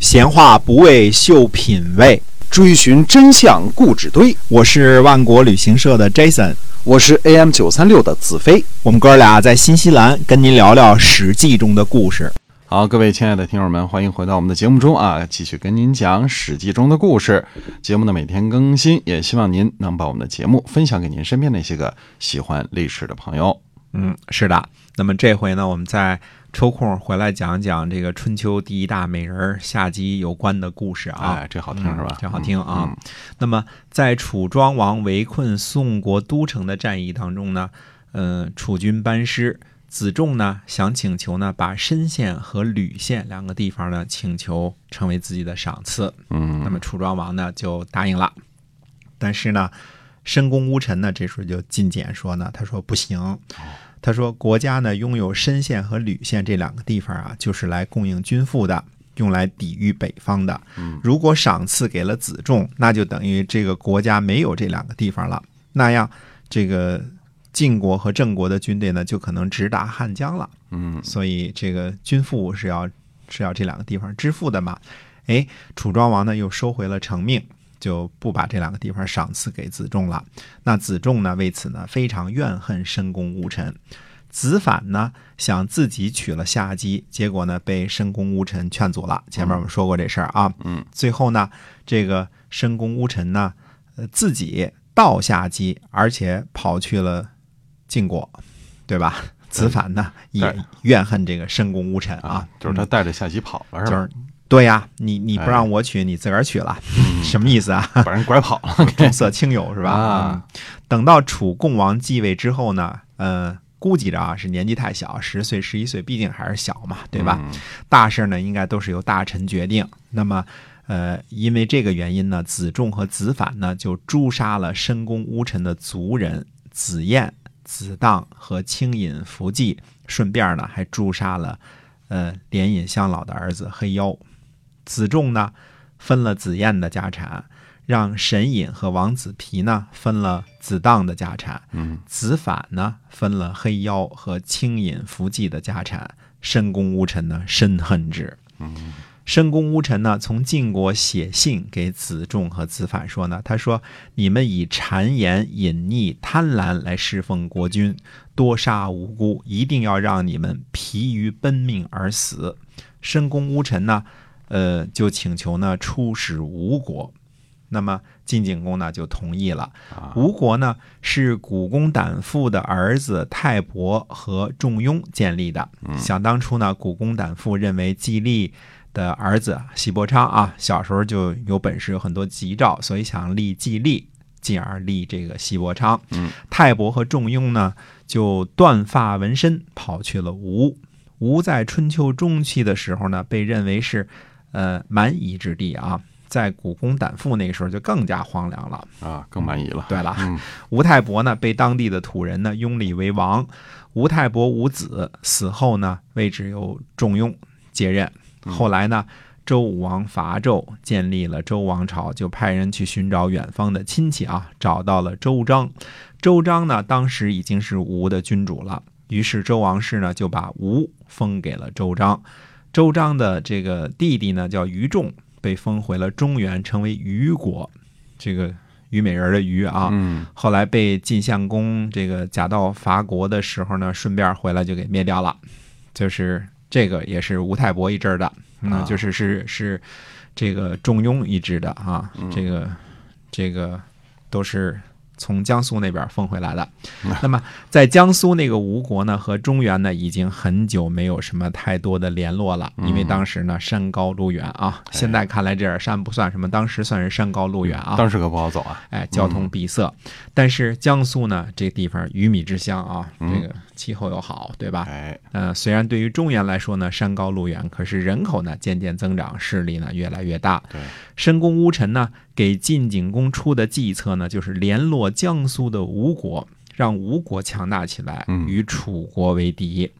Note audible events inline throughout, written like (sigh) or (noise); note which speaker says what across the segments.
Speaker 1: 闲话不为秀品味，
Speaker 2: 追寻真相故纸堆。
Speaker 1: 我是万国旅行社的 Jason，
Speaker 2: 我是 AM 九三六的子飞。
Speaker 1: 我们哥俩在新西兰跟您聊聊《史记》中的故事。
Speaker 2: 好，各位亲爱的听友们，欢迎回到我们的节目中啊，继续跟您讲《史记》中的故事。节目呢每天更新，也希望您能把我们的节目分享给您身边那些个喜欢历史的朋友。
Speaker 1: 嗯，是的。那么这回呢，我们再抽空回来讲讲这个春秋第一大美人儿夏姬有关的故事啊。
Speaker 2: 哎，这好听是吧？
Speaker 1: 嗯这好听啊。那么在楚庄王围困宋国都城的战役当中呢，呃，楚军班师，子仲呢想请求呢把申县和吕县两个地方呢请求成为自己的赏赐，
Speaker 2: 嗯，
Speaker 1: 那么楚庄王呢就答应了，但是呢，申公巫臣呢这时候就进谏说呢，他说不行。他说：“国家呢拥有申县和吕县这两个地方啊，就是来供应军赋的，用来抵御北方的。
Speaker 2: 嗯
Speaker 1: 如果赏赐给了子仲，那就等于这个国家没有这两个地方了。那样，这个晋国和郑国的军队呢，就可能直达汉江了。
Speaker 2: 嗯，
Speaker 1: 所以这个军赋是要是要这两个地方支付的嘛。哎，楚庄王呢又收回了成命，就不把这两个地方赏赐给子仲了。那子仲呢为此呢非常怨恨申公巫臣。子反呢想自己娶了夏姬，结果呢被申公巫臣劝阻了。前面我们说过这事儿啊，
Speaker 2: 嗯，
Speaker 1: 最后呢这个申公巫臣呢，呃自己盗夏姬，而且跑去了晋国，对吧？子反呢也
Speaker 2: 对
Speaker 1: 怨恨这个申公巫臣啊，
Speaker 2: 就是他带着夏姬跑了是
Speaker 1: 就
Speaker 2: 吧？
Speaker 1: 是对呀，你你不
Speaker 2: 哎嗯
Speaker 1: 让我娶，你自个儿娶了， (laughs) 什么意思
Speaker 2: (laughs)
Speaker 1: 啊？
Speaker 2: 把人拐跑了。
Speaker 1: 重色轻友是吧？
Speaker 2: 啊
Speaker 1: 嗯等到楚共王继位之后呢，呃，估计着啊是年纪太小，十岁、十一岁，毕竟还是小嘛，对吧？
Speaker 2: 嗯
Speaker 1: 大事呢应该都是由大臣决定。那么，呃，因为这个原因呢，子仲和子反呢就诛杀了申公巫臣的族人子燕、子荡和轻尹伏季，顺便呢还诛杀了呃连尹相老的儿子黑妖。子仲呢分了子燕的家产，让沈尹和王子皮呢分了子荡的家产，
Speaker 2: 嗯，
Speaker 1: 子反呢分了黑妖和轻尹伏季的家产，申公巫臣呢深恨之。
Speaker 2: 嗯，
Speaker 1: 申公巫臣呢从晋国写信给子仲和子反说呢，他说你们以谗言、隐匿、贪婪来侍奉国君，多杀无辜，一定要让你们疲于奔命而死。申公巫臣呢，呃，就请求呢出使吴国。那么晋景公呢就同意了。
Speaker 2: 啊
Speaker 1: 吴国呢是古公胆父的儿子泰伯和仲雍建立的。想当初呢，古公胆父认为季历的儿子西伯昌啊，小时候就有本事，有很多吉兆，所以想立季历，进而立这个西伯昌。
Speaker 2: 嗯
Speaker 1: 泰伯和仲雍呢就断发纹身，跑去了吴。吴在春秋中期的时候呢，被认为是呃蛮夷之地啊，在古公胆父那个时候就更加荒凉了。
Speaker 2: 啊，更满意了。
Speaker 1: 对了，
Speaker 2: 嗯
Speaker 1: 吴太伯呢被当地的土人呢拥立为王，吴太伯无子，死后呢位置由仲雍接任。后来呢，周武王伐纣，建立了周王朝，就派人去寻找远方的亲戚啊，找到了周章。周章呢当时已经是吴的君主了，于是周王室呢就把吴封给了周章。周章的这个弟弟呢叫于仲，被封回了中原，成为虞国。这个虞美人儿的虞啊，
Speaker 2: 嗯，
Speaker 1: 后来被晋相公这个假道伐国的时候呢，顺便回来就给灭掉了。就是这个也是吴太伯一支儿的，
Speaker 2: 啊
Speaker 1: 嗯，就是是是这个仲雍一支的啊，
Speaker 2: 嗯
Speaker 1: 这个这个都是从江苏那边封回来的。
Speaker 2: 嗯
Speaker 1: 那么在江苏那个吴国呢，和中原呢，已经很久没有什么太多的联络了，
Speaker 2: 嗯
Speaker 1: 因为当时呢山高路远
Speaker 2: 哎
Speaker 1: 啊，现在看来这点山不算什么，当时算是山高路远啊。
Speaker 2: 当时可不好走啊。
Speaker 1: 哎，交通闭塞。但是江苏呢，这地方鱼米之乡啊，这个气候又好，对吧？
Speaker 2: 嗯哎，
Speaker 1: 呃，虽然对于中原来说呢，山高路远，可是人口呢渐渐增长，势力呢越来越大。
Speaker 2: 对，
Speaker 1: 申公巫臣呢给晋景公出的计策呢，就是联络江苏的吴国，让吴国强大起来
Speaker 2: 嗯，
Speaker 1: 与楚国为敌。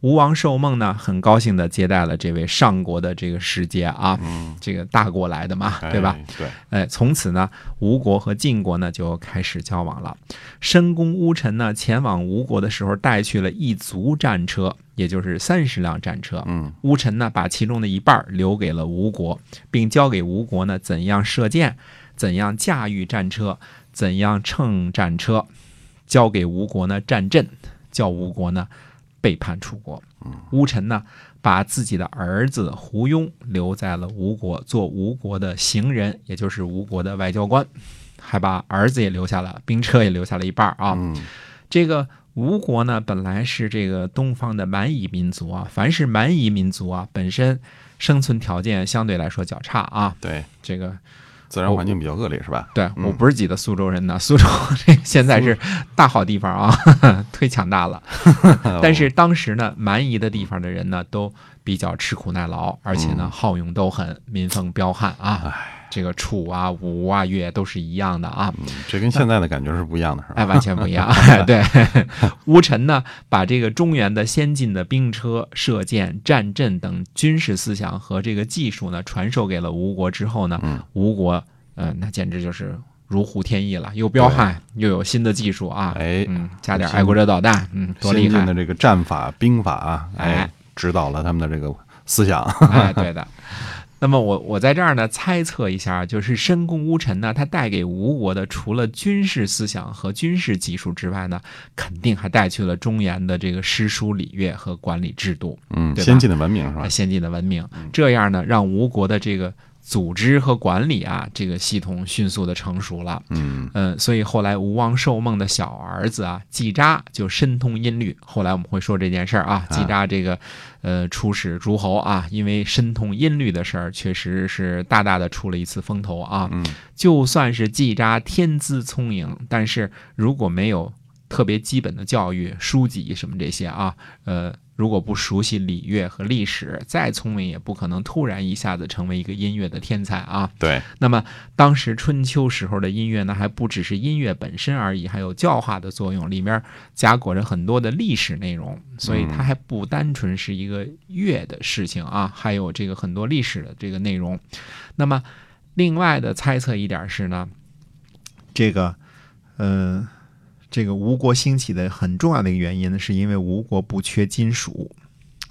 Speaker 1: 吴王寿梦呢，很高兴的接待了这位上国的这个使节啊，
Speaker 2: 嗯，
Speaker 1: 这个大国来的嘛，对吧？
Speaker 2: 哎？对，
Speaker 1: 哎，从此呢，吴国和晋国呢就开始交往了。申公巫臣呢前往吴国的时候，带去了一族战车，也就是三十辆战车。
Speaker 2: 嗯，
Speaker 1: 巫臣呢把其中的一半儿留给了吴国，并教给吴国呢怎样射箭，怎样驾驭战车，怎样乘战车，交给吴国呢战阵，叫吴国呢背叛楚国。巫臣呢把自己的儿子胡庸留在了吴国，做吴国的行人，也就是吴国的外交官，还把儿子也留下了，兵车也留下了一半儿啊。
Speaker 2: 嗯，
Speaker 1: 这个吴国呢，本来是这个东方的蛮夷民族啊，凡是蛮夷民族啊，本身生存条件相对来说较差啊。
Speaker 2: 对，
Speaker 1: 这个
Speaker 2: 自然环境比较恶劣是吧？
Speaker 1: 对
Speaker 2: 嗯
Speaker 1: 我不是挤的苏州人呢，苏州 (laughs) 这现在是大好地方啊，呵呵忒强大了。
Speaker 2: 哦
Speaker 1: 但是当时呢，蛮夷的地方的人呢，都比较吃苦耐劳，而且呢，好勇斗狠，民风彪悍啊。这个楚啊、吴啊、越都是一样的啊。
Speaker 2: 嗯这跟现在的感觉是不一样的，是吧？
Speaker 1: 哎，完全不一
Speaker 2: (laughs)
Speaker 1: 样。 (laughs) 对，乌臣呢，把这个中原的先进的兵车、射箭、战阵等军事思想和这个技术呢，传授给了吴国之后呢，
Speaker 2: 嗯
Speaker 1: 吴国，呃，那简直就是如虎添翼了，又彪悍，又有新的技术啊，
Speaker 2: 嗯哎
Speaker 1: 嗯，加点爱国者导弹，嗯，多厉
Speaker 2: 先进
Speaker 1: 害
Speaker 2: 的！这个战法、兵法啊，哎
Speaker 1: 哎，
Speaker 2: 指导了他们的这个思
Speaker 1: (laughs)
Speaker 2: 想。
Speaker 1: 哎，对的。那么我我在这儿呢猜测一下，就是申公巫臣呢，他带给吴国的除了军事思想和军事技术之外呢，肯定还带去了中原的这个诗书礼乐和管理制度，
Speaker 2: 嗯，
Speaker 1: 对吧
Speaker 2: 先进的文明是吧
Speaker 1: 啊，？先进的文明。这样呢，让吴国的这个组织和管理啊，这个系统迅速的成熟了。
Speaker 2: 嗯，
Speaker 1: 嗯，所以后来吴王寿梦的小儿子啊，季札就深通音律。后来我们会说这件事儿啊，季札这个，呃，出使诸侯啊，因为深通音律的事儿，确实是大大的出了一次风头啊。
Speaker 2: 嗯
Speaker 1: 就算是季札天资聪颖，但是如果没有特别基本的教育、书籍什么这些啊，呃，如果不熟悉礼乐和历史，再聪明也不可能突然一下子成为一个音乐的天才啊。
Speaker 2: 对，
Speaker 1: 那么当时春秋时候的音乐呢，还不只是音乐本身而已，还有教化的作用，里面夹裹着很多的历史内容，所以它还不单纯是一个乐的事情啊，还有这个很多历史的这个内容。那么另外的猜测一点是呢，这个，嗯、这个吴国兴起的很重要的一个原因呢，是因为吴国不缺金属，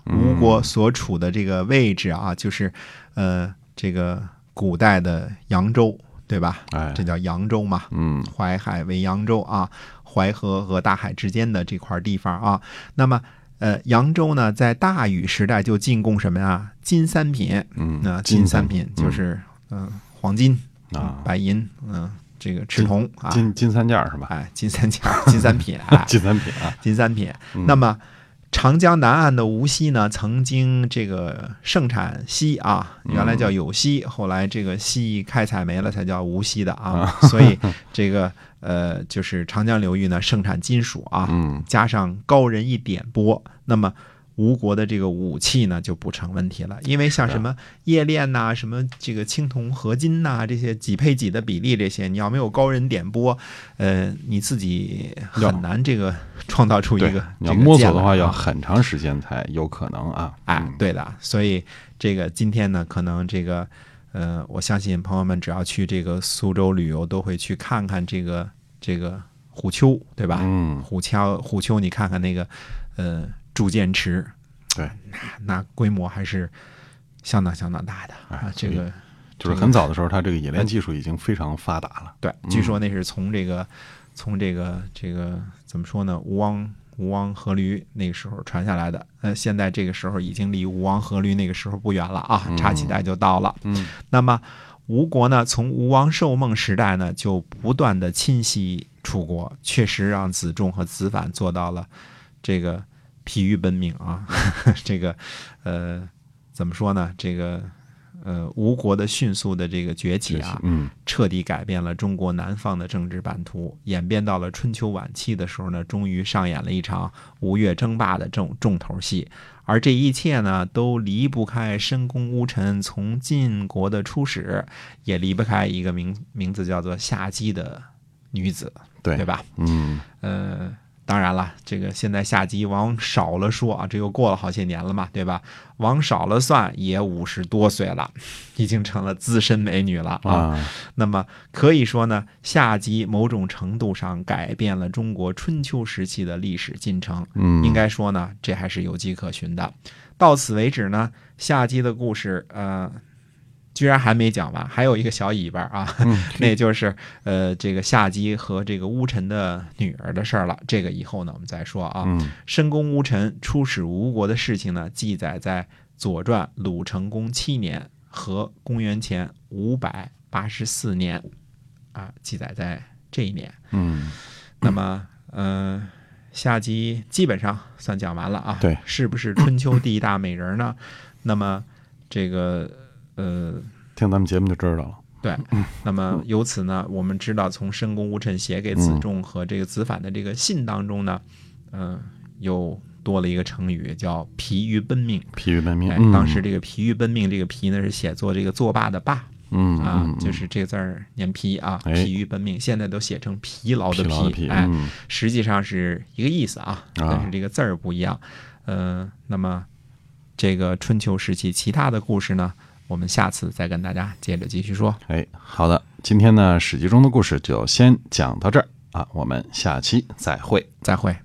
Speaker 1: 吴国所处的这个位置啊，就是呃，这个古代的扬州，对吧？
Speaker 2: 哎
Speaker 1: 这，叫扬州嘛，
Speaker 2: 嗯
Speaker 1: 淮海为扬州啊，淮河和大海之间的这块地方啊。那么，呃，扬州呢，在大禹时代就进贡什么呀？金三品，
Speaker 2: 嗯，
Speaker 1: 那
Speaker 2: 金
Speaker 1: 金三品就
Speaker 2: 嗯
Speaker 1: 是嗯、呃黄金、
Speaker 2: 啊，
Speaker 1: 白银，嗯、这个赤铜啊，
Speaker 2: 金金三件儿是吧？
Speaker 1: 哎，金三件儿，金三品，
Speaker 2: (laughs)
Speaker 1: 哎，
Speaker 2: 金三品啊，
Speaker 1: 金三品。
Speaker 2: 嗯
Speaker 1: 那么长江南岸的无锡呢，曾经这个盛产锡啊，原来叫有锡，后来这个锡开采没了才叫无锡的啊，所以这个呃就是长江流域呢盛产金属
Speaker 2: (laughs)
Speaker 1: 啊，
Speaker 2: 嗯
Speaker 1: 加上高人一点拨，那么。吴国的这个武器呢就不成问题了，因为像什
Speaker 2: 啊
Speaker 1: 么冶炼呐、什么这个青铜合金呐、这些几配几的比例这些，你要没有高人点拨，呃，你自己
Speaker 2: 要
Speaker 1: 很难这个创造出一
Speaker 2: 对
Speaker 1: 个。，
Speaker 2: 你
Speaker 1: 这
Speaker 2: 要
Speaker 1: 个
Speaker 2: 摸
Speaker 1: 剑
Speaker 2: 索的
Speaker 1: 来
Speaker 2: 话，要
Speaker 1: 啊
Speaker 2: 很长时间才有可能啊。
Speaker 1: 哎
Speaker 2: 嗯，
Speaker 1: 对的，所以这个今天呢，可能这个，呃，我相信朋友们只要去这个苏州旅游，都会去看看这个这个虎丘，对吧？
Speaker 2: 嗯，
Speaker 1: 虎丘虎丘，你看看那个，呃，铸剑池，
Speaker 2: 对，
Speaker 1: 那规模还是相当相当大的
Speaker 2: 哎
Speaker 1: 啊。这个
Speaker 2: 就是很早的时候，它这个冶炼技术已经非常发达了。
Speaker 1: 对，据说那是从这个从这个这个怎么说呢？吴王吴王阖闾那个时候传下来的。呃，现在这个时候已经离吴王阖闾那个时候不远了啊，差几代就到了。
Speaker 2: 嗯，
Speaker 1: 那么吴国呢，从吴王寿梦时代呢，就不断的侵袭楚国，确实让子仲和子反做到了这个疲于奔命啊， (laughs) 这个呃怎么说呢？这个呃吴国的迅速的这个崛起啊，
Speaker 2: 嗯，
Speaker 1: 彻底改变了中国南方的政治版图，演变到了春秋晚期的时候呢，终于上演了一场吴越争霸的重重头戏。而这一切呢，都离不开申公巫臣从晋国的出使，也离不开一个名名字叫做夏姬的女子，
Speaker 2: 对
Speaker 1: 对，吧？
Speaker 2: 嗯，
Speaker 1: 呃，当然了，这个现在下级往少了说啊，这又过了好些年了嘛，对吧？往少了算也五十多岁了，已经成了资深美女了啊。
Speaker 2: 啊，
Speaker 1: 那么可以说呢，夏姬某种程度上改变了中国春秋时期的历史进程。
Speaker 2: 嗯，
Speaker 1: 应该说呢，这还是有迹可循的。到此为止呢，夏姬的故事，呃，居然还没讲完，还有一个小尾巴啊， (laughs) 那就是呃，这个夏姬和这个乌臣的女儿的事儿了。这个以后呢，我们再说啊。
Speaker 2: 嗯
Speaker 1: 申公乌臣出使吴国的事情呢，记载在《左传》鲁成公七年和公元前五百八十四年，啊，记载在这一年。
Speaker 2: 嗯
Speaker 1: 那么，嗯、呃，下集基本上算讲完了啊。
Speaker 2: 对，
Speaker 1: 是不是春秋第一大美人呢？那么，这个呃，
Speaker 2: 听咱们节目就知道了。
Speaker 1: 对，那
Speaker 2: 嗯
Speaker 1: 么由此呢，我们知道从申公吴臣写给子仲和这个子反的这个信当中呢，嗯、又多了一个成语叫“疲于奔命”。
Speaker 2: 疲于奔命
Speaker 1: 哎，，
Speaker 2: 嗯
Speaker 1: 当时这个“疲于奔命”这个“疲”呢是写作这个作罢的“罢”
Speaker 2: 嗯
Speaker 1: 啊
Speaker 2: 嗯，
Speaker 1: 就。是这个字儿念“疲”啊，“
Speaker 2: 哎
Speaker 1: 疲于奔命”，现在都写成“疲劳”
Speaker 2: 疲
Speaker 1: 的
Speaker 2: 劳的疲，
Speaker 1: 哎，
Speaker 2: 嗯
Speaker 1: 实际上是一个意思啊，但是这个字儿不一样。呃，那么这个春秋时期其他的故事呢，我们下次再跟大家接着继续说。
Speaker 2: 哎，好的，今天呢，《史记》中的故事就先讲到这儿啊，我们下期再会。
Speaker 1: 再会。